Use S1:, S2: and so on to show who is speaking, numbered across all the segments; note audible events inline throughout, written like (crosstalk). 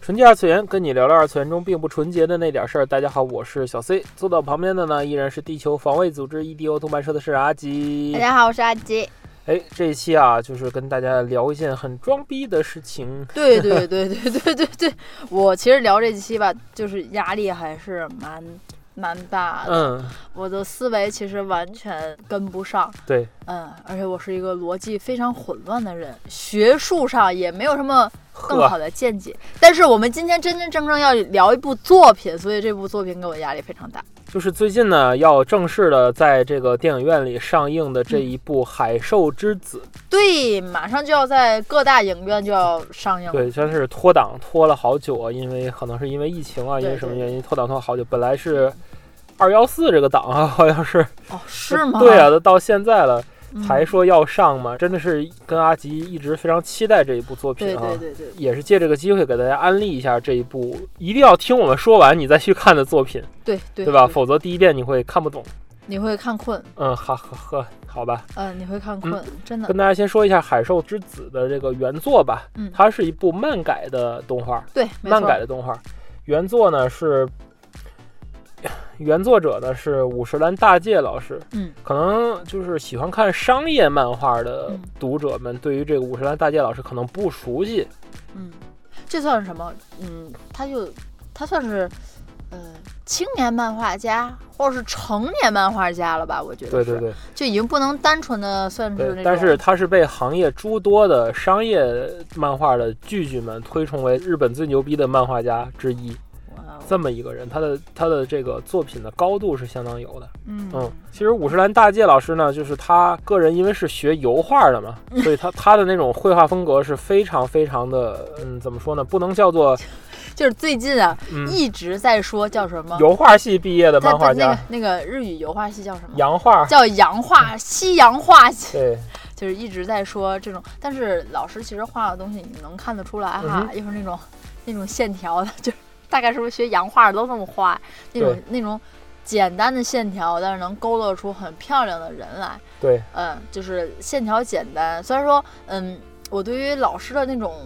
S1: 纯洁二次元，跟你聊聊二次元中并不纯洁的那点事儿。大家好，我是小 C，坐到旁边的呢依然是地球防卫组织 EDO 动漫社的社长阿吉。
S2: 大家好，我是阿吉。
S1: 哎，这一期啊，就是跟大家聊一件很装逼的事情。
S2: 对对对对对对对，我其实聊这期吧，就是压力还是蛮蛮大的，
S1: 嗯，
S2: 我的思维其实完全跟不上。
S1: 对，
S2: 嗯，而且我是一个逻辑非常混乱的人，学术上也没有什么更好
S1: 呵，
S2: 的见解。但是我们今天真真正正要聊一部作品，所以这部作品给我压力非常大。
S1: 就是最近呢要正式的在这个电影院里上映的这一部《海兽之子》，
S2: 对，马上就要在各大影院就要上映了。
S1: 对，真是拖档拖了好久啊，因为可能是因为疫情啊，因为
S2: 对
S1: 什么
S2: 对
S1: 原因拖档拖了好久。本来是二幺四这个档啊， (laughs) 好像是
S2: 哦，是吗？
S1: 对啊，都到现在了。
S2: 嗯，
S1: 才说要上嘛，真的是跟阿吉一直非常期待这一部作品
S2: 对
S1: 啊。
S2: 对对对。
S1: 也是借这个机会给大家安利一下这一部一定要听我们说完你再去看的作品，
S2: 对对
S1: 对吧？否则第一遍你会看不懂。
S2: 你会看困，
S1: 嗯，哈呵呵，好吧。
S2: 嗯、你会看困，真的
S1: 跟。大家先说一下《海兽之子》的这个原作吧，
S2: 嗯
S1: 它是一部漫改的动画，
S2: 对，没
S1: 漫
S2: 错。
S1: 改的动画。原作呢是，原作者呢是五十岚大介老师，
S2: 嗯，
S1: 可能就是喜欢看商业漫画的
S2: 嗯
S1: 读者们，对于这个五十岚大介老师可能不熟悉。
S2: 嗯，这算是什么？嗯，他就他算是，呃，青年漫画家或者是成年漫画家了吧？我觉得
S1: 对
S2: 是
S1: 对，对
S2: 就已经不能单纯的算是那
S1: 对，
S2: 种。
S1: 但是他是被行业诸多的商业漫画的巨巨们推崇为日本最牛逼的漫画家之一，
S2: 哇
S1: 这么一个人，他的他的这个作品的高度是相当有的。
S2: 嗯
S1: 嗯，其实五十岚大介老师呢，就是他个人因为是学油画的嘛，
S2: 嗯
S1: 所以他他的那种绘画风格是非常非常的，嗯，怎么说呢？不能叫做
S2: 就是最近啊，
S1: 嗯
S2: 一直在说叫什么？
S1: 油画系毕业的
S2: 在
S1: 漫画
S2: 不那
S1: 家
S2: 个，那个日语油画系叫什么？
S1: 洋画。
S2: 叫洋画，西洋画系。
S1: 对，
S2: 就是一直在说这种，但是老师其实画的东西你能看得出来哈
S1: 嗯，
S2: 就是那种那种线条的， (laughs) 就是大概是不是学洋画的都这么画，那种
S1: 对
S2: 那种简单的线条，但是能勾勒出很漂亮的人来。
S1: 对，
S2: 嗯，就是线条简单，虽然说，嗯，我对于老师的那种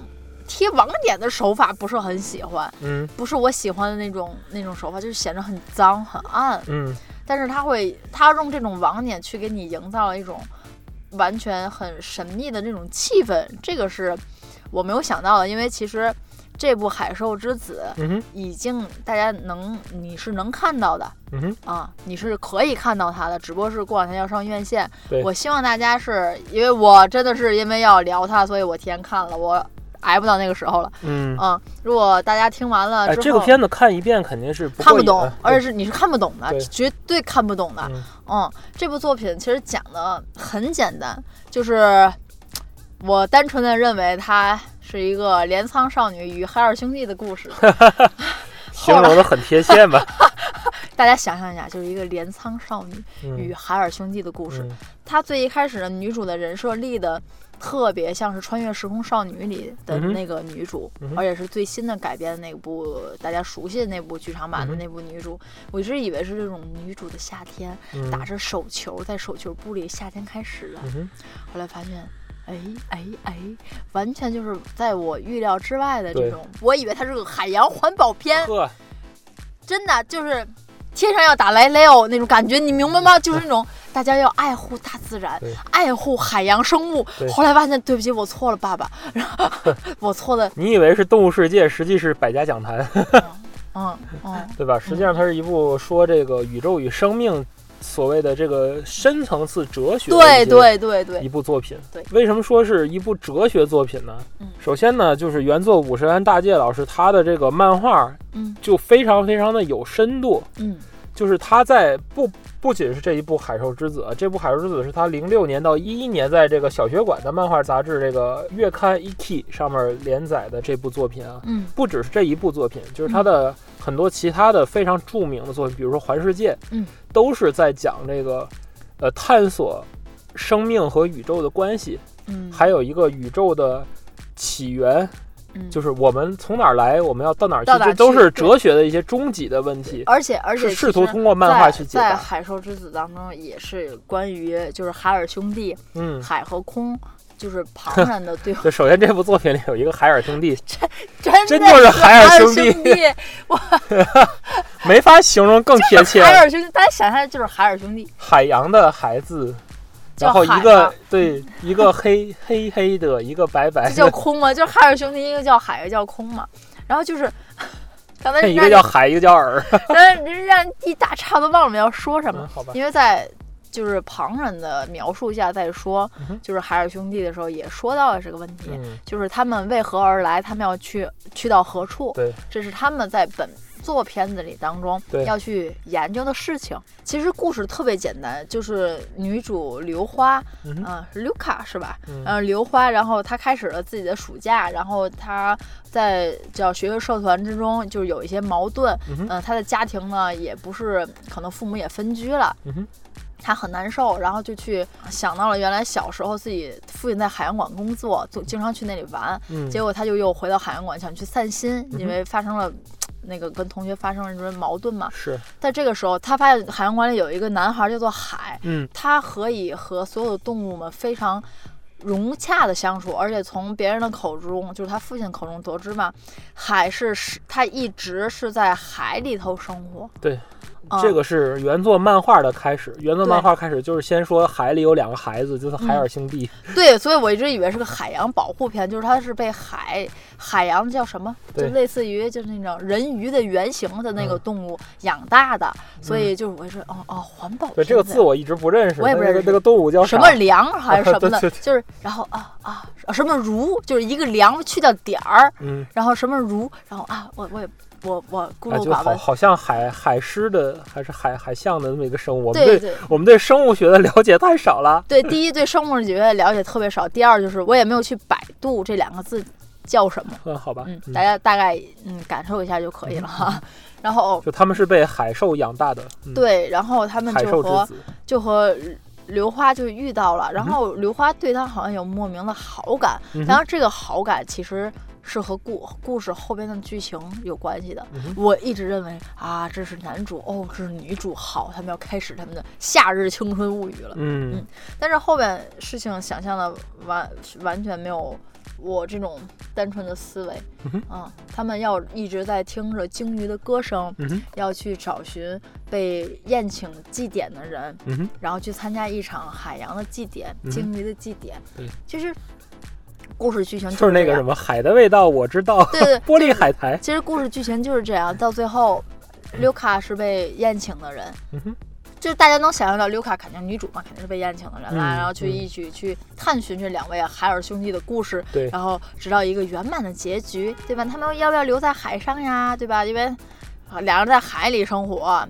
S2: 贴网点的手法不是很喜欢，
S1: 嗯
S2: 不是我喜欢的那种那种手法，就是显得很脏很暗。
S1: 嗯，
S2: 但是他会，他用这种网点去给你营造了一种完全很神秘的那种气氛，这个是我没有想到的，因为其实这部《海兽之子
S1: 嗯哼，》
S2: 已经大家能你是能看到的
S1: 嗯哼，
S2: 啊，你是可以看到它的，只不过是过两天要上院线
S1: 对。
S2: 我希望大家是因为我真的是因为要聊它，所以我提前看了，我挨不到那个时候了。
S1: 嗯。
S2: 嗯，如果大家听完了
S1: 哎，
S2: 之后，
S1: 这个片子看一遍肯定是不呃
S2: 看
S1: 过
S2: 不
S1: 瘾
S2: 懂
S1: 的，
S2: 而且是你是看不懂的
S1: 对，
S2: 绝对看不懂的。
S1: 嗯
S2: 嗯这部作品其实讲的很简单，就是我单纯的认为它是一个镰仓少女与海尔兄弟
S1: (laughs)
S2: 的故事。
S1: 形容的很贴切
S2: (laughs)
S1: 吧？
S2: 大家想象一下，就是一个镰仓少女与
S1: 嗯，
S2: 海尔兄弟的故事。
S1: 嗯
S2: 它最一开始的女主的人设立的特别像是《穿越时空少女》里的
S1: 嗯哼
S2: 那个女主，
S1: 嗯哼
S2: 而且是最新的改编的那部大家熟悉的那部剧场版的
S1: 嗯哼
S2: 那部女主。我一直以为是这种女主的夏天，
S1: 嗯
S2: 打着手球，在手球部里夏天开始啊。
S1: 嗯哼，
S2: 后来发现。哎哎哎，完全就是在我预料之外的这
S1: 对
S2: 种。我以为它是个海洋环保片，
S1: 呵，
S2: 真的就是天上要打雷雷欧那种感觉，你明白吗？就是
S1: (laughs)
S2: 那种大家要爱护大自然
S1: 对，
S2: 爱护海洋生物
S1: 对。
S2: 后来发现对不起，我错了，
S1: (laughs)
S2: 爸爸，然后我错了，
S1: 你以为是《动物世界》，实际是《百家讲坛》，
S2: 嗯
S1: (laughs)
S2: 嗯，
S1: 对吧？实际上它是一部说这个宇宙与生命所谓的这个深层次哲学的
S2: 对
S1: 一些
S2: 对对对
S1: 一，部作品。
S2: 对
S1: 为什么说是一部哲学作品呢？
S2: 嗯
S1: 首先呢，就是原作五十岚大介老师他的这个漫画
S2: 嗯
S1: 就非常非常的有深度，
S2: 嗯
S1: 就是他在不不仅是这一部《海兽之子》，这部《海兽之子》是他零六年到一一年在这个小学馆的漫画杂志这个月刊《E.T.》上面连载的这部作品啊，
S2: 嗯
S1: 不只是这一部作品，就是他的很多其他的非常著名的作品，比如说《环世界》，
S2: 嗯，
S1: 都是在讲这个呃探索生命和宇宙的关系，
S2: 嗯，
S1: 还有一个宇宙的起源，
S2: 嗯
S1: 就是我们从哪儿来，我们要到哪儿去
S2: 到，哪儿
S1: 这都
S2: 去
S1: 是
S2: 对
S1: 哲学的一些终极的问题，
S2: 而且而且
S1: 是
S2: 其
S1: 试图
S2: 实
S1: 通过漫画去解
S2: 在在《
S1: 答。
S2: 海兽之子》当中，也是关于就是海尔兄弟、
S1: 嗯，
S2: 海和空，
S1: (laughs)
S2: 就是庞然的对话，
S1: 就首先这部作品里有一个海尔兄
S2: (laughs)
S1: 弟，
S2: 真
S1: 真
S2: 真
S1: 就是海尔兄
S2: 兄
S1: 弟
S2: 弟。
S1: (laughs) 没法形容更贴切。
S2: 海尔兄弟，大家想象就是海尔兄弟，
S1: 海洋的孩子，
S2: 叫
S1: 然后一
S2: 海
S1: 个
S2: 吧
S1: 对一个黑黑黑的，一个白白
S2: 这叫
S1: 的，
S2: 空嘛，就是海尔兄弟，一个叫海，一个叫空嘛。然后就是， (laughs) 刚才让
S1: 一个
S2: 你
S1: 叫海，一个叫耳。
S2: 让人让人一大岔都忘了我们要说什么
S1: 嗯，，好吧，
S2: 因为在就是旁人的描述下再说
S1: 嗯，哼
S2: 就是海尔兄弟的时候也说到了这个问题，
S1: 嗯，
S2: 就是他们为何而来，他们要去去到何处，
S1: 对，
S2: 这是他们在本作片子里当中
S1: 对
S2: 要去研究的事情。其实故事特别简单，就是女主刘花，
S1: 嗯哼
S2: 嗯、是刘卡是吧？
S1: 嗯
S2: 呃，刘花，然后她开始了自己的暑假，然后她在叫学校社团之中，就是有一些矛盾，
S1: 嗯
S2: 嗯、
S1: 哼
S2: 她的家庭呢也不是，可能父母也分居了，
S1: 嗯哼
S2: 她很难受，然后就去想到了原来小时候自己父亲在海洋馆工作，总经常去那里玩，
S1: 嗯，
S2: 结果她就又回到海洋馆想去散心，
S1: 哼
S2: 因为发生了。那个跟同学发生了这种矛盾嘛，
S1: 是，
S2: 在这个时候，她发现海洋馆里有一个男孩叫做海，
S1: 嗯
S2: 它可以和所有的动物们非常融洽的相处，而且从别人的口中，就是他父亲口中得知嘛，海是是它一直是在海里头生活。
S1: 对
S2: 嗯，
S1: 这个是原作漫画的开始。原作
S2: 对
S1: 漫画开始就是先说海里有两个孩子，就是海
S2: 嗯
S1: 尔兄弟。
S2: 对，所以我一直以为是个海洋保护片，就是它是被海海洋叫什么，就
S1: 对
S2: 类似于就是那种人鱼的原型的那个
S1: 嗯
S2: 动物养大的，所以就是我一直哦哦环保
S1: 对，
S2: 片
S1: 这个
S2: 子
S1: 字我一直不认识。
S2: 我也不
S1: 那个
S2: 认识
S1: 那个动物叫
S2: 什
S1: 啥
S2: 么梁还是什么
S1: (laughs)
S2: 的，
S1: 对对对
S2: 就是然后啊啊什么如就是一个梁去掉点儿，
S1: 嗯，
S2: 然后什么如，然后啊，我我也我我孤
S1: 啊，
S2: 陋
S1: 就
S2: 寡
S1: 好
S2: 闻，
S1: 好像海海狮的还是海海象的那么一个生物。我们
S2: 对对
S1: 我们对生物学的了解太少了。
S2: 对，第一对生物学了解特别少，第二就是我也没有去百度这两个字叫什么，
S1: 嗯，好吧，
S2: 嗯，大家大概嗯感受一下就可以了哈。 (laughs) 然后
S1: 就他们是被海兽养大的，嗯、
S2: 对，然后他们
S1: 海
S2: 就
S1: 兽之
S2: 和
S1: 子，
S2: 就和刘花就遇到了，然后
S1: 嗯
S2: 刘花对他好像有莫名的好感，
S1: 嗯哼
S2: 当然这个好感其实是和故故事后边的剧情有关系的。
S1: 嗯哼
S2: 我一直认为啊，这是男主哦，这是女主，好，他们要开始他们的夏日青春物语了。
S1: 嗯
S2: 嗯，但是后边事情想象的完完全没有我这种单纯的思维
S1: 嗯哼，
S2: 嗯，他们要一直在听着鲸鱼的歌声，
S1: 嗯哼，
S2: 要去找寻被宴请祭典的人，
S1: 嗯哼，
S2: 然后去参加一场海洋的祭典
S1: 嗯、哼
S2: 鲸鱼的祭典
S1: 对。
S2: 其实故事剧情
S1: 就是那个什
S2: 么，
S1: 么海的味道，我知道，
S2: 对对，
S1: 玻璃海苔，
S2: 其实故事剧情就是这样，到最后，刘卡是被宴请的人，
S1: 嗯哼，
S2: 就是大家能想象到，刘卡肯定女主嘛，肯定是被宴请的人
S1: 嗯
S2: 啦，然后去
S1: 嗯
S2: 一起去探寻这两位海尔兄弟的故事，
S1: 对
S2: 然后直到一个圆满的结局，对吧？他们要不要留在海上呀？对吧？因为啊两人在海里生活，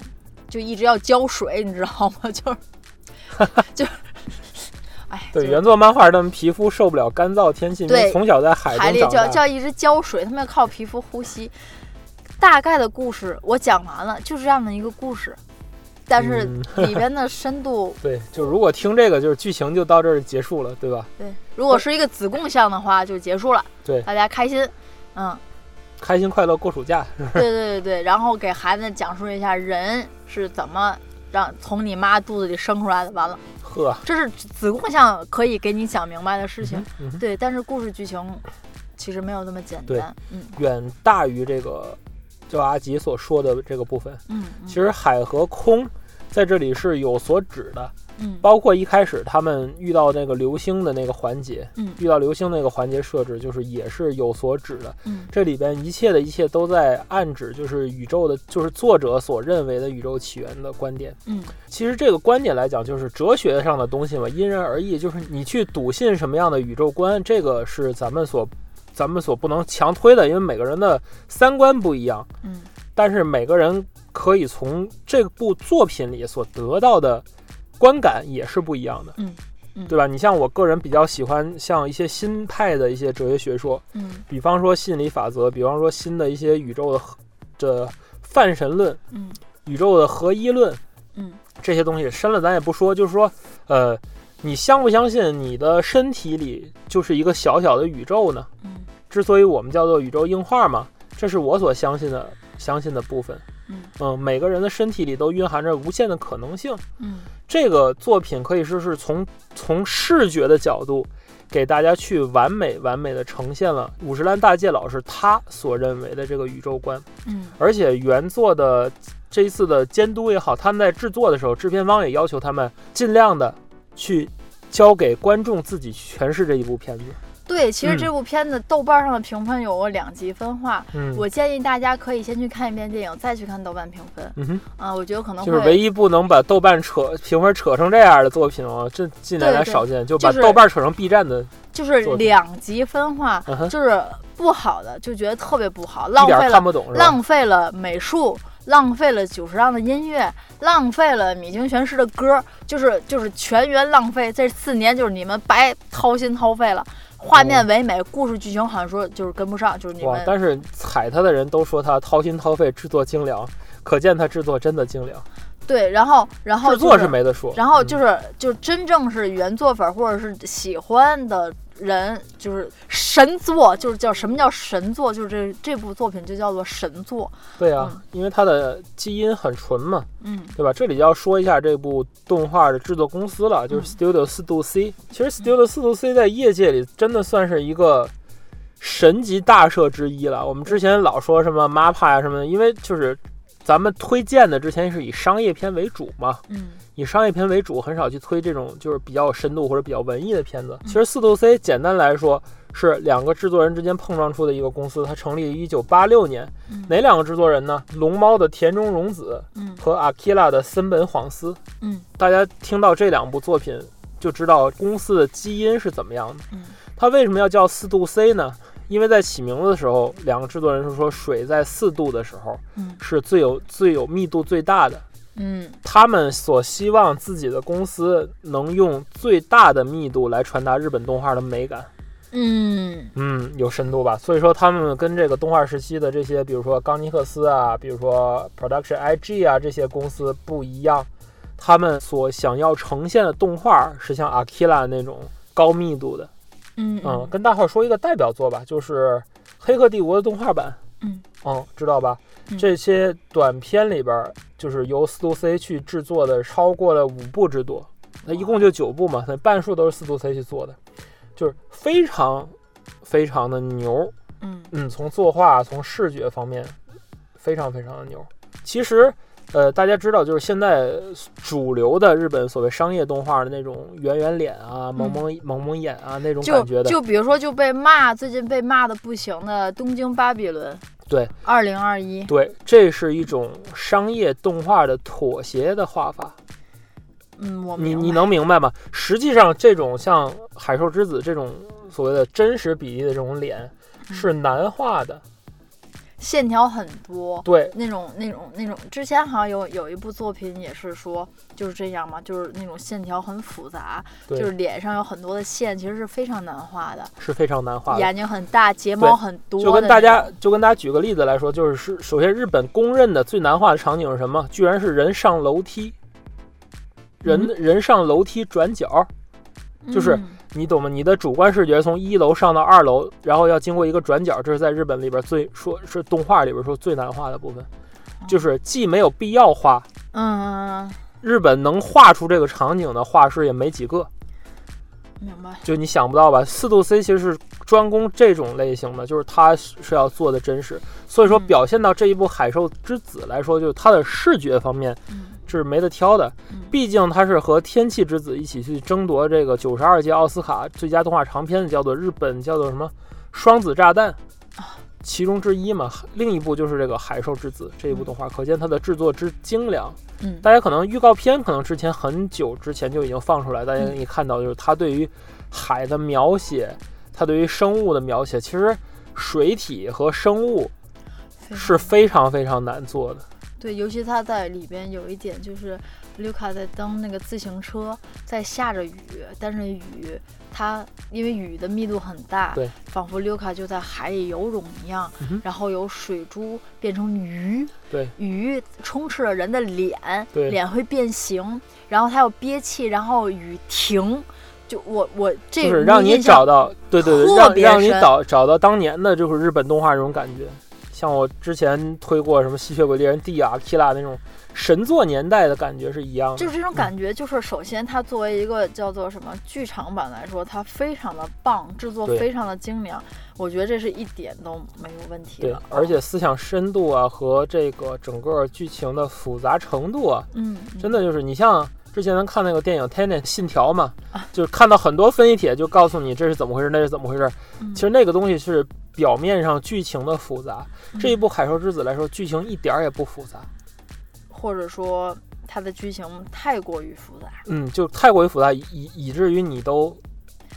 S2: 就一直要浇水，你知道吗？ (laughs) 就是
S1: (laughs)
S2: 就是，哎，
S1: 对，
S2: 就是
S1: 原作漫画他们皮肤受不了干燥天气，因为
S2: 对
S1: 从小在海
S2: 海里
S1: 中长
S2: 就要就
S1: 大，
S2: 要一直浇水，他们要靠皮肤呼吸。大概的故事我讲完了，就是这样的一个故事，但是
S1: 嗯
S2: 里边的深度，
S1: 对，就如果听这个，就是剧情就到这儿结束了，对吧？
S2: 对，如果是一个子贡像的话就结束了，
S1: (laughs) 对
S2: 大家开心，
S1: (laughs)
S2: 嗯，
S1: 开心快乐过暑假，
S2: 对对对对，然后给孩子讲述一下人是怎么让从你妈肚子里生出来的，完了，
S1: 呵，
S2: 这是子贡像可以给你讲明白的事情，
S1: 嗯哼，
S2: 对，但是故事剧情其实没有那么简
S1: 对
S2: 单，嗯
S1: 远大于这个，就阿吉所说的这个部分。
S2: 嗯
S1: 其实海和空在这里是有所指的，
S2: 嗯嗯
S1: 包括一开始他们遇到那个流星的那个环节，
S2: 嗯
S1: 遇到流星那个环节设置就是也是有所指的。
S2: 嗯
S1: 这里边一切的一切都在暗指，就是宇宙的，就是作者所认为的宇宙起源的观点。
S2: 嗯，
S1: 其实这个观点来讲，就是哲学上的东西嘛，因人而异。就是你去笃信什么样的宇宙观，这个是咱们所咱们所不能强推的，因为每个人的三观不一样。
S2: 嗯，
S1: 但是每个人可以从这部作品里所得到的观感也是不一样的。
S2: 嗯嗯
S1: 对吧？你像我个人比较喜欢像一些新派的一些哲学学说，
S2: 嗯
S1: 比方说心理法则，比方说新的一些宇宙的合这泛神论、
S2: 嗯
S1: 宇宙的合一论
S2: 嗯
S1: 这些东西，深了咱也不说，就是说，呃，你相不相信你的身体里就是一个小小的宇宙呢？
S2: 嗯
S1: 之所以我们叫做宇宙硬化嘛，这是我所相信的相信的部分。
S2: 嗯
S1: 嗯，每个人的身体里都蕴含着无限的可能性。
S2: 嗯
S1: 这个作品可以说是从从视觉的角度，给大家去完美完美的呈现了五十岚大介老师他所认为的这个宇宙观，
S2: 嗯
S1: 而且原作的这一次的监督也好，他们在制作的时候，制片方也要求他们尽量的去交给观众自己去诠释这一部片子。
S2: 对，其实
S1: 嗯
S2: 这部片子豆瓣上的评分有过两极分化，
S1: 嗯，
S2: 我建议大家可以先去看一遍电影，再去看豆瓣评分。
S1: 嗯哼，
S2: 啊，我觉得可能
S1: 就是唯
S2: 会
S1: 一不能把豆瓣扯评分扯成这样的作品哦，这近年来
S2: 对对
S1: 少见，就把
S2: 就是
S1: 豆瓣扯成 B 站的，
S2: 就是
S1: 作品
S2: 两极分化，
S1: 嗯哼，
S2: 就是不好的就觉得特别不好，浪
S1: 一点
S2: 费
S1: 儿
S2: 了
S1: 看不懂是吧？
S2: 浪费了美术，浪费了久石让的音乐，浪费了米津玄师的歌，就是就是全员浪费。这四年就是你们白掏心掏肺了，画面唯美，故事剧情好像说就是跟不上，就是你
S1: 哦哇！
S2: 们
S1: 但是踩他的人都说他掏心掏肺，制作精良，可见他制作真的精良，
S2: 对，然后然后
S1: 制
S2: 就
S1: 作是
S2: 是，
S1: 没得嗯说。、
S2: 然后就是是就真正是原作粉或者是喜欢的。人就是神作，就是叫什么叫神作，就是这这部作品就叫做神作。
S1: 对啊，因为他的基因很纯嘛，
S2: 嗯
S1: 对吧？这里要说一下这部动画的制作公司了，就是 Studio 四度 C。其实 Studio 四度 C 在业界里真的算是一个。神级大社之一了。我们之前老说什么 MAPPA 呀、什么的，因为就是咱们推荐的之前是以商业片为主嘛，
S2: 嗯
S1: 以商业片为主，很少去推这种就是比较有深度或者比较文艺的片子。其实四度 C 简单来说是两个制作人之间碰撞出的一个公司，它成立于一九八六年。
S2: 嗯
S1: 哪两个制作人呢？龙猫的田中荣子
S2: 嗯
S1: 和 Akira 的森本晃司。
S2: 嗯，
S1: 大家听到这两部作品就知道公司的基因是怎么样的。
S2: 嗯
S1: 它为什么要叫四度 C 呢？因为在起名字的时候，两个制作人是说水在四度的时候
S2: 嗯
S1: 是最有最有密度最大的。
S2: 嗯
S1: 他们所希望自己的公司能用最大的密度来传达日本动画的美感，
S2: 嗯
S1: 嗯，有深度吧。所以说，他们跟这个动画时期的这些，比如说冈尼克斯啊，比如说 Production IG 啊这些公司不一样，他们所想要呈现的动画是像 Akira 那种高密度的。
S2: 嗯
S1: 嗯，跟大伙儿说一个代表作吧，就是《黑客帝国》的动画版。
S2: 嗯
S1: 知道吧？
S2: 嗯
S1: 这些短片里边儿，就是由四度 C 去制作的，超过了五部之多。那一共就九部嘛，那半数都是四度 C 去做的，就是非常非常的牛。
S2: 嗯
S1: 嗯，从作画、从视觉方面，非常非常的牛。其实，呃，大家知道，就是现在主流的日本所谓商业动画的那种圆圆脸啊、萌萌萌萌眼啊那种
S2: 嗯就
S1: 感觉的，
S2: 就比如说，就被骂，最近被骂的不行的《东京巴比伦》，
S1: 对，
S2: 二零二一，
S1: 对，这是一种商业动画的妥协的画法。
S2: 嗯，我
S1: 你
S2: 明白
S1: 你能明白吗？实际上，这种像《海兽之子》这种所谓的真实比例的这种脸
S2: 嗯
S1: 是难画的。
S2: 线条很多。
S1: 对，
S2: 那种、那种、那种，之前好像有有一部作品也是说就是这样嘛，就是那种线条很复杂，
S1: 对
S2: 就是脸上有很多的线，其实是非常难画的，
S1: 是非常难画的。
S2: 眼睛很大，睫毛很多的
S1: 就
S2: 那种。
S1: 跟大家就跟大家举个例子来说，就是是首先日本公认的最难画的场景是什么？居然是人上楼梯，人、人上楼梯转角，就是
S2: 嗯
S1: 你懂吗？你的主观视觉从一楼上到二楼，然后要经过一个转角，这是在日本里边最说是动画里边说最难画的部分，
S2: 哦
S1: 就是既没有必要画，
S2: 嗯，
S1: 日本能画出这个场景的画师也没几个，
S2: 嗯明白。
S1: 就你想不到吧？四度 C 其实是专攻这种类型的，就是它是要做的真实，所以说
S2: 嗯
S1: 表现到这一部《海兽之子》来说，就是它的视觉方面
S2: 嗯
S1: 是没得挑的
S2: 嗯，
S1: 毕竟它是和《天气之子》一起去争夺这个九十二届奥斯卡最佳动画长片的，叫做日本叫做什么“双子炸弹”其中之一嘛。另一部就是这个《海兽之子》这一部动画，可见它的制作之精良。
S2: 嗯，
S1: 大家可能预告片可能之前很久之前就已经放出来，大家
S2: 嗯
S1: 可以看到，就是它对于海的描写，它对于生物的描写，其实水体和生物
S2: 非常
S1: 是非常非常难做的。
S2: 对，尤其他在里边有一点就是，卢卡在当那个自行车，在下着雨，但是雨它因为雨的密度很大，
S1: 对，
S2: 仿佛卢卡就在海里游泳一样，
S1: 嗯哼
S2: 然后有水珠变成鱼，
S1: 对，
S2: 鱼充斥了人的脸，
S1: 对
S2: 脸会变形，然后他要憋气，然后雨停，就我我这
S1: 就是让你找
S2: 到
S1: 到，对对对，
S2: 特
S1: 让
S2: 别
S1: 让你
S2: 深
S1: 找找到当年的就是日本动画这种感觉。像我之前推过什么《吸血鬼猎人 D》啊、《Kira》那种神作年代的感觉是一样的。
S2: 就是这种感觉，就是首先它作为一个叫做什么剧场版来说，它非常的棒，制作
S1: 对
S2: 非常的精良，我觉得这是一点都没有问题
S1: 对
S2: 的。，
S1: 而且思想深度啊和这个整个剧情的复杂程度啊，
S2: 嗯，嗯，
S1: 真的就是你像之前咱看那个电影《Tenet》信条嘛，
S2: 啊
S1: 就是看到很多分析帖就告诉你这是怎么回事，那是怎么回事。
S2: 嗯
S1: 其实那个东西是表面上剧情的复杂，
S2: 嗯
S1: 这一部《海兽之子》来说，剧情一点儿也不复杂。
S2: 或者说它的剧情太过于复杂，
S1: 嗯，就太过于复杂，以以以至于你都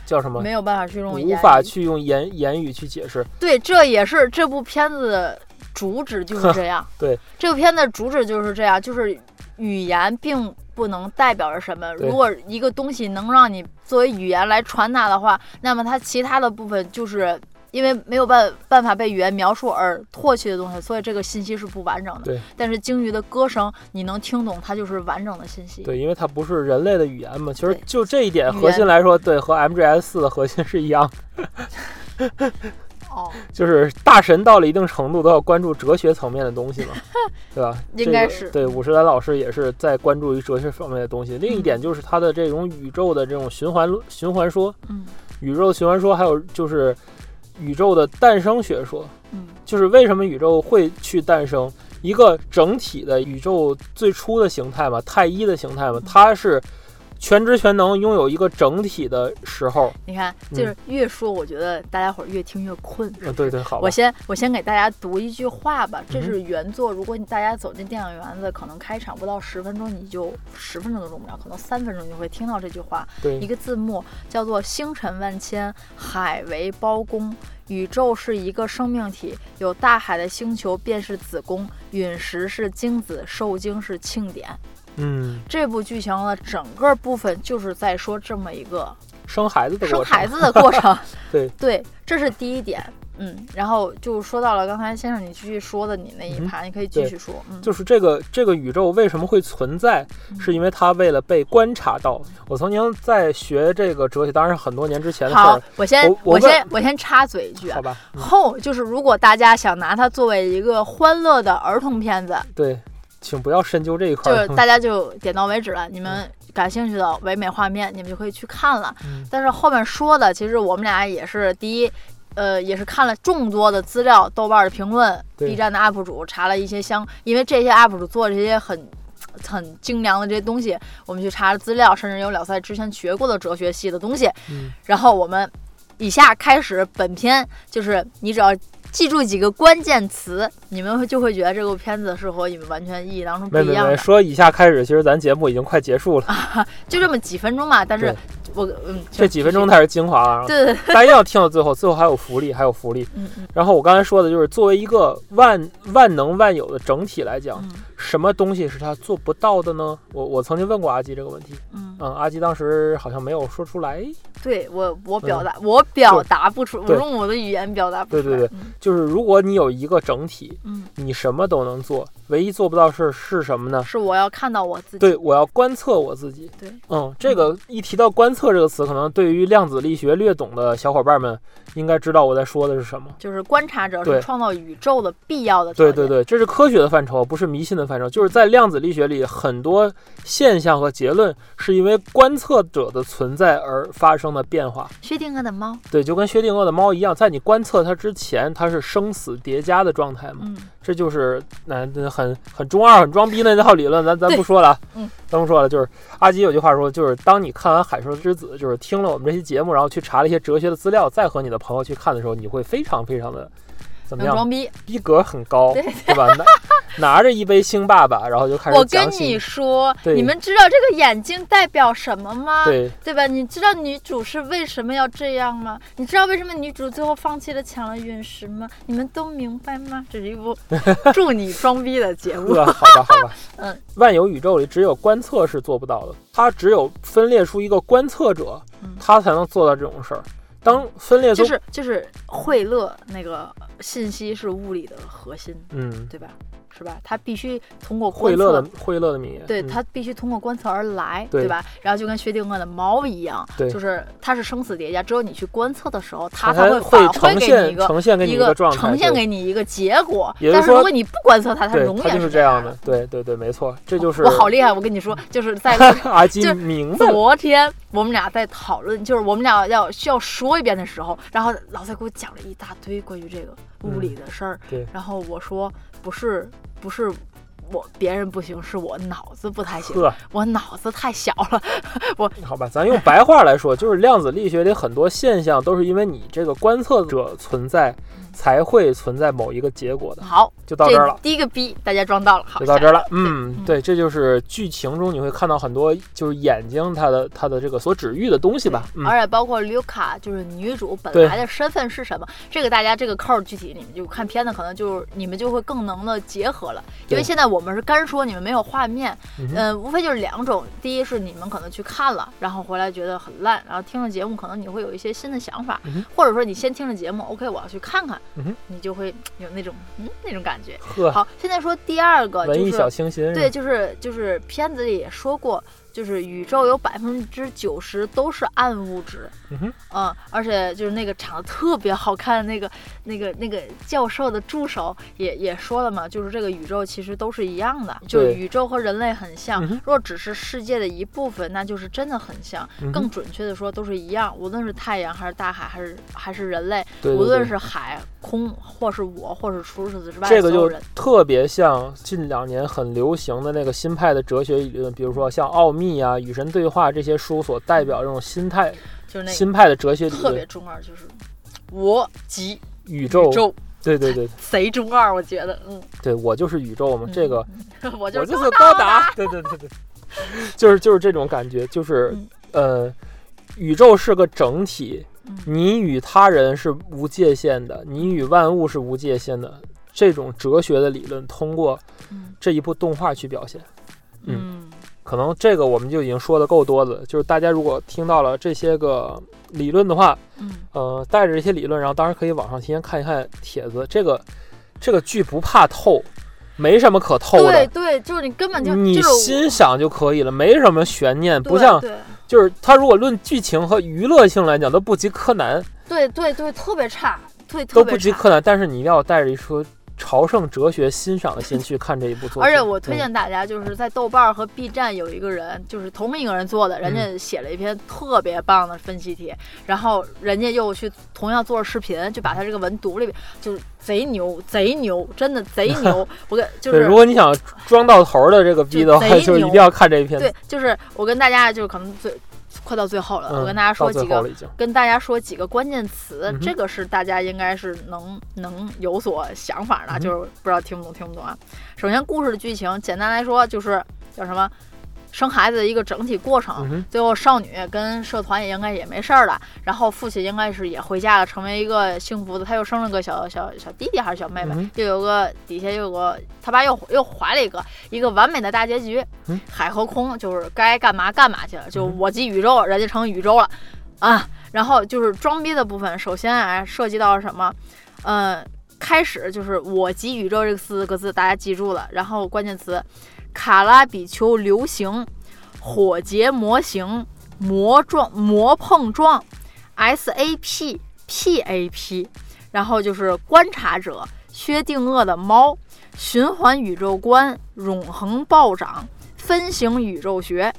S1: 叫什么
S2: 没，有办法去用
S1: 无
S2: 言
S1: 法
S2: 语
S1: 去用言言语去解释。。
S2: 对，这也是这部片子的主旨就是这样
S1: (laughs) 对，
S2: 这部片子的主旨就是这样，就是语言并不能代表着什么。
S1: 对
S2: 如果一个东西能让你作为语言来传达的话，那么它其他的部分就是。因为没有办办法被语言描述而唾弃的东西，所以这个信息是不完整的。
S1: 对，
S2: 但是鲸鱼的歌声你能听懂，它就是完整的信息。
S1: 对，因为它不是人类的语言嘛，其实
S2: 对
S1: 就这一点
S2: 语
S1: 核心
S2: 言
S1: 来说，对，和 MGS 四的核心是一样，
S2: 哦，
S1: 就是大神到了一定程度都要关注哲学层面的东西
S2: (laughs)
S1: 嘛，对吧？
S2: 应
S1: 这
S2: 该
S1: 个
S2: 是
S1: 对，五十岚老师也是在关注于哲学方面的东西。另一点
S2: 嗯
S1: 就是他的这种宇宙的这种循环循环说，
S2: 嗯
S1: 宇宙循环说，还有就是宇宙的诞生学说，
S2: 嗯
S1: 就是为什么宇宙会去诞生一个整体的宇宙最初的形态嘛，太一的形态嘛，它是全知全能拥有一个整体的时候。
S2: 你看，就是越说，我觉得大家伙儿越听越困。
S1: 嗯，对对，好吧
S2: 我，先我先给大家读一句话吧，这
S1: 嗯哼
S2: 是原作。如果你大家走进电影院子，可能开场不到十分钟，你就十分钟都用不了，可能三分钟就会听到这句话。一
S1: 对
S2: 个字幕叫做“星辰万千，海为包公”。宇宙是一个生命体，有大海的星球便是子宫，陨石是精子，受精是庆典。
S1: 嗯，
S2: 这部剧情的整个部分就是在说这么一个
S1: 生孩子的
S2: 生
S1: 过
S2: 孩
S1: 程，。
S2: 子的过程
S1: (laughs) 对
S2: 这是第一点。嗯，然后就说到了刚才先生你继续说的你那一
S1: 嗯
S2: 盘，你可以继
S1: 对
S2: 续说。嗯，
S1: 就是这个这个宇宙为什么会存在，
S2: 嗯
S1: 是因为它为了被观察到。我曾经在学这个哲学，当然是很多年之前的事
S2: 好
S1: 儿，，
S2: 我先
S1: 我我
S2: 先我先插嘴一句啊
S1: 好，吧？嗯
S2: 后就是如果大家想拿它作为一个欢乐的儿童片子，
S1: 对，请不要深究这一块
S2: 就
S1: 儿。嗯
S2: 是大家就点到为止了。你们感兴趣的唯美画面，你们就可以去看了。
S1: 嗯
S2: 但是后面说的，其实我们俩也是第一，呃，也是看了众多的资料、豆瓣的评论、
S1: 对
S2: B 站的 UP 主，查了一些相，因为这些 UP 主做这些很。很精良的这些东西，我们去查了资料，甚至有老赛之前学过的哲学系的东西。
S1: 嗯
S2: 然后我们以下开始本片，就是你只要记住几个关键词，你们会就会觉得这部片子是和你们完全意义当中不
S1: 没
S2: 一
S1: 没
S2: 样
S1: 没，
S2: 的。啊
S1: 说以下开始，其实咱节目已经快结束了，
S2: 就这么几分钟嘛，但是
S1: 对
S2: 我嗯，
S1: 这几分钟才是精华啊！
S2: 对对对，
S1: 大家一定要听到最后，最后还有福利，还有福利。
S2: 嗯嗯
S1: 然后我刚才说的就是，作为一个万万能万有的整体来讲，
S2: 嗯
S1: 什么东西是他做不到的呢？我我曾经问过阿基这个问题，
S2: 嗯，
S1: 嗯，阿基当时好像没有说出来。
S2: 对我我表达、我表达不出，我
S1: 嗯对
S2: 用我的语言表达不出来。
S1: 对对
S2: 对，
S1: 就是如果你有一个整体，
S2: 嗯，
S1: 你什么都能做，唯一做不到是是什么呢？
S2: 是我要看到我自己。
S1: 对，我要观测我自己。
S2: 对，
S1: 嗯，这个一提到观测这个词，可能对于量子力学略懂的小伙伴们应该知道我在说的是什么。
S2: 就是观察者
S1: 对
S2: 是创造宇宙的必要的条
S1: 对
S2: 件。
S1: 对对，这是科学的范畴，不是迷信的范畴。就是在量子力学里，很多现象和结论是因为观测者的存在而发生的变化。
S2: 薛定谔的猫，
S1: 对，就跟薛定谔的猫一样，在你观测它之前，它是生死叠加的状态嘛。
S2: 嗯，
S1: 这就是那、那很很中二、很装逼的那套理论，咱咱
S2: 对
S1: 不说了啊。
S2: 嗯，
S1: 咱不说了。就是阿基有句话说，就是当你看完《海兽之子》，就是听了我们这期节目，然后去查了一些哲学的资料，再和你的朋友去看的时候，你会非常非常的怎么
S2: 能
S1: 样？
S2: 装逼。 (laughs)
S1: 逼格很高，
S2: 对
S1: 吧？那拿着一杯星爸爸，然后就开始
S2: 我
S1: 讲
S2: 跟
S1: 起
S2: 你说，
S1: 对
S2: 你们知道这个眼睛代表什么吗？
S1: 对
S2: 吧？你知道女主是为什么要这样吗？你知道为什么女主最后放弃了抢了陨石吗？你们都明白吗？这是一
S1: (laughs)
S2: 部祝你装逼的节目。
S1: 呃，好吧，好吧，
S2: (laughs) 嗯，
S1: 万有宇宙里只有观测是做不到的，它只有分裂出一个观测者
S2: 嗯，
S1: 他才能做到这种事儿。当分裂出，
S2: 就是就是惠勒那个信息是物理的核心，
S1: 嗯，
S2: 对吧？是吧？它必须通过观
S1: 惠勒
S2: 测，
S1: 的惠勒的名言，
S2: 对
S1: 嗯
S2: 它必须通过观测而来，
S1: 对
S2: 吧？然后就跟薛定谔的猫一样，
S1: 对
S2: 就是它是生死叠加，只有你去观测的时候，它
S1: 它
S2: 才
S1: 才
S2: 返回
S1: 呈
S2: 给你一
S1: 现
S2: 个
S1: 呈现给你
S2: 一
S1: 个状态，
S2: 呈现
S1: 对
S2: 给你一个结果。
S1: 也就是
S2: 但是如
S1: 说
S2: 果你不观测它，它
S1: 对
S2: 永，
S1: 它
S2: 远
S1: 就是
S2: 这
S1: 这样
S2: 的哦
S1: 的。，对对对，没错，这就是
S2: 我好厉害！我跟你说，就
S1: (laughs)
S2: 是在
S1: 阿基
S2: 就是
S1: 明白了，
S2: 昨天我们俩在讨论，就是我们俩要需要说一遍的时候，然后老蔡给我讲了一大堆关于这个物理的事儿、
S1: 嗯对
S2: 然后我说不是不是我别人不行，是我脑子不太行，
S1: 呵，
S2: 我脑子太小了。
S1: 好吧，咱用白话来说，就是量子力学里很多现象都是因为你这个观测者存在，才会存在某一个结果的，
S2: 好，
S1: 就到这儿了。
S2: 第一嗯个逼大家装到了，好，
S1: 就到这儿了。
S2: 嗯
S1: 嗯，对，这就是剧情中你会看到很多就是眼睛它的它的这个所指喻的东西
S2: 对
S1: 吧。嗯，
S2: 而且包括刘卡，就是女主本
S1: 对
S2: 来的身份是什么，这个大家这个扣儿具体你们就看片子，可能就是你们就会更能的结合了。因
S1: 对
S2: 为现在我们是干说，你们没有画面，
S1: 嗯哼
S2: 嗯、无非就是两种，第一是你们可能去看了，然后回来觉得很烂，然后听了节目，可能你会有一些新的想法，
S1: 嗯哼
S2: 或者说你先听了节目，OK，我要去看看，
S1: 嗯哼
S2: 你就会有那种嗯那种感觉。
S1: 呵，
S2: 好，现在说第二个
S1: 文
S2: 就
S1: 艺
S2: 是
S1: 小清新。
S2: 对，，就是就是片子里也说过，就是宇宙有百分之九十都是暗物质。
S1: 嗯哼
S2: 嗯，而且就是那个长得特别好看的那个、那个、那个教授的助手也也说了嘛，就是这个宇宙其实都是一样的，就是
S1: 对
S2: 宇宙和人类很像
S1: 嗯哼，
S2: 若只是世界的一部分，那就是真的很像。
S1: 嗯哼
S2: 更准确的说，都是一样，无论是太阳还是大海，还是还是人类，
S1: 对对
S2: 无论
S1: 对
S2: 是海空，或是我，或是除此之外
S1: 这
S2: 的
S1: 个
S2: 所有
S1: 就
S2: 人，
S1: 特别像近两年很流行的那个新派的哲学理论，比如说像《奥秘》啊、《与神对话》这些书所代表这种心态、
S2: 就是那个
S1: 新派的哲学理
S2: 特别
S1: 论。
S2: 中二，就是我即
S1: 宇
S2: 宇
S1: 宙，
S2: 宙
S1: 对对对
S2: 贼中二，我觉得，嗯，
S1: 对，我就是宇宙嘛，哦这个
S2: (laughs) 我就
S1: 我
S2: 是
S1: 就是高
S2: (laughs)
S1: 达，对对对对，就是就是这种感觉，就是
S2: 嗯
S1: 呃，宇宙是个整体
S2: 嗯，
S1: 你与他人是无界限的，你与万物是无界限的。这种哲学的理论通过
S2: 嗯
S1: 这一部动画去表现，
S2: 嗯
S1: 可能这个我们就已经说的够多的了。就是大家如果听到了这些个理论的话，
S2: 嗯。
S1: 呃，带着这些理论，然后当然可以网上提前看一看帖子。这个这个剧不怕透，没什么可透的。
S2: 对对，就是你根本就
S1: 你
S2: 就是我
S1: 欣赏就可以了，没什么悬念，
S2: 对
S1: 不像
S2: 对
S1: 就是他如果论剧情和娱乐性来讲，都不及柯南，
S2: 对对对特别差，对特
S1: 都
S2: 别
S1: 不及
S2: 差
S1: 柯南。但是你一定要带着一颗朝圣哲学欣赏的心去看这一部作品。
S2: 而且我
S1: 嗯，
S2: 推荐大家，就是在豆瓣儿和 B 站有一个人，就是同一个人做的，人
S1: 嗯
S2: 家写了一篇特别棒的分析题，然后人家又去同样做了视频，就把他这个文读了一遍，就是贼牛，贼牛，真的贼
S1: (laughs)
S2: 牛。我跟就是
S1: 对，如果你想装到头儿的这个逼的话，
S2: 就
S1: (laughs) 就
S2: 贼
S1: 是一
S2: 牛
S1: 定要看这一篇。
S2: 对，就是我跟大家就是可能最快到最后了，
S1: 嗯，
S2: 我跟大家说
S1: 到最
S2: 几个
S1: 后了已经。
S2: 跟大家说几个关键词，
S1: 嗯哼
S2: 这个是大家应该是能能有所想法的，
S1: 嗯哼
S2: 就是不知道听不懂听不懂啊。首先，故事的剧情简单来说就是叫什么，生孩子的一个整体过程。
S1: 嗯哼，
S2: 最后，少女跟社团也应该也没事儿了，然后父亲应该是也回家了，成为一个幸福的。他又生了个小小小弟弟还是小妹妹，
S1: 嗯哼
S2: 又有个底下又有个他爸又又怀了一个，一个完美的大结局。
S1: 嗯
S2: 海和空就是该干嘛干嘛去了，就
S1: 嗯
S2: 我即宇宙，人家成宇宙了啊。然后就是装逼的部分，首先啊涉及到什么，嗯、开始就是“我即宇宙”这四个字，大家记住了。然后关键词：卡拉比丘流行、火结模型、魔撞、魔碰撞、SAP、PAP，然后就是观察者、薛定谔的猫、循环宇宙观、永恒暴涨、分形宇宙学。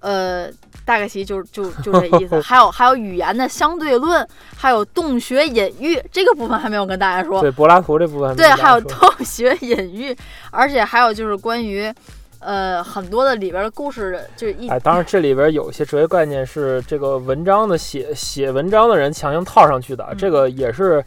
S2: 呃，大概其就就就这意思。还有还有语言的相对论，还有洞穴隐喻这个部分还没有跟大家说。
S1: 对柏拉图这部分，
S2: 对，还有洞穴隐喻，而且还有就是关于，呃，很多的里边的故事，就是一、
S1: 哎，当然这里边有一些哲学概念是这个文章的写写文章的人强行套上去的，
S2: 嗯
S1: 这个也是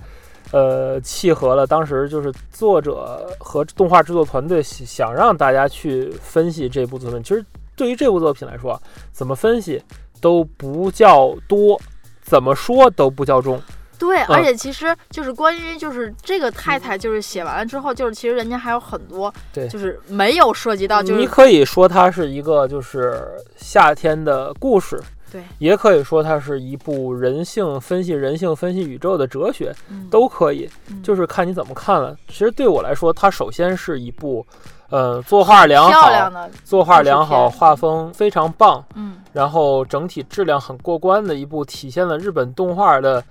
S1: 呃，契合了当时就是作者和动画制作团队想想让大家去分析这部作品。其实对于这部作品来说啊，怎么分析都不叫多，怎么说都不叫重。
S2: 对，
S1: 嗯
S2: 而且其实就是关于就是这个太太，就是写完了之后，就是其实人家还有很多，
S1: 对嗯
S2: 就是没有涉及到，就
S1: 你
S2: 是
S1: 可以说它是一个就是夏天的故事，
S2: 对，
S1: 也可以说它是一部人性分析人性分析宇宙的哲学，
S2: 嗯
S1: 都可以，
S2: 嗯
S1: 就是看你怎么看了。其实对我来说，它首先是一部，呃，作画良
S2: 漂亮
S1: 好，
S2: 的，
S1: 作画良好，
S2: 故事片
S1: 画风非常棒，
S2: 嗯，
S1: 然后整体质量很过关的一部，体现了日本动画的，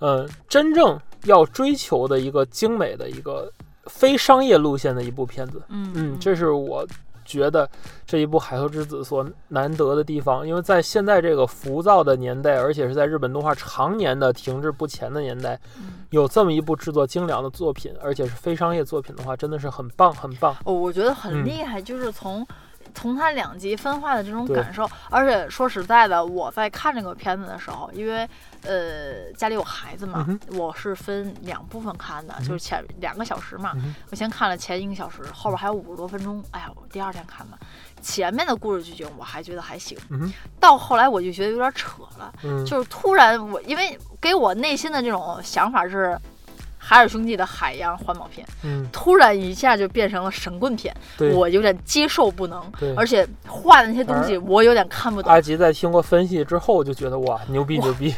S1: 呃，真正要追求的一个精美的一个非商业路线的一部片子。
S2: 嗯
S1: 嗯，这是我觉得这一部《海河之子》所难得的地方，因为在现在这个浮躁的年代，而且是在日本动画常年的停滞不前的年代，
S2: 嗯
S1: 有这么一部制作精良的作品，而且是非商业作品的话，真的是很棒，很棒。
S2: 哦，我觉得很
S1: 嗯
S2: 厉害，就是从。从它两极分化的这种
S1: 对
S2: 感受，而且说实在的，我在看这个片子的时候，因为呃家里有孩子嘛，
S1: 嗯
S2: 我是分两部分看的，
S1: 嗯
S2: 就是前两个小时嘛，
S1: 嗯哼
S2: 我先看了前一个小时，后边还有五十多分钟，哎呀，我第二天看的，前面的故事剧情我还觉得还行，
S1: 嗯哼
S2: 到后来我就觉得有点扯了，
S1: 嗯，
S2: 就是突然我因为给我内心的这种想法是。海尔兄弟的海洋环保片，
S1: 嗯，
S2: 突然一下就变成了神棍片，
S1: 对。
S2: 我有点接受不能，
S1: 对
S2: 而且画的那些东西我有点看不懂。
S1: 阿吉在经过分析之后，就觉得哇，牛逼
S2: 哇
S1: 牛逼，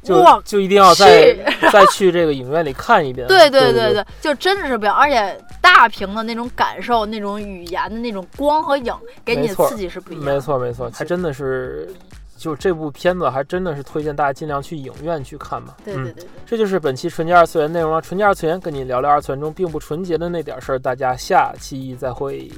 S1: (laughs) 就
S2: 哇
S1: 就一定要再
S2: 去
S1: (laughs) 再去这个影院里看一遍。
S2: 对
S1: 对
S2: 对对，就真的是不一样，而且大屏的那种感受、那种语言的那种光和影，给你
S1: 没
S2: 的
S1: 错
S2: 刺激是不一样的。嗯
S1: 没错没错，还真的是，就这部片子还真的是推荐大家尽量去影院去看嘛。
S2: 对对对
S1: 嗯，
S2: 对。
S1: 这就是本期纯洁二次元内容了。纯洁二次元跟你聊聊二次元中并不纯洁的那点事儿，大家下期再会。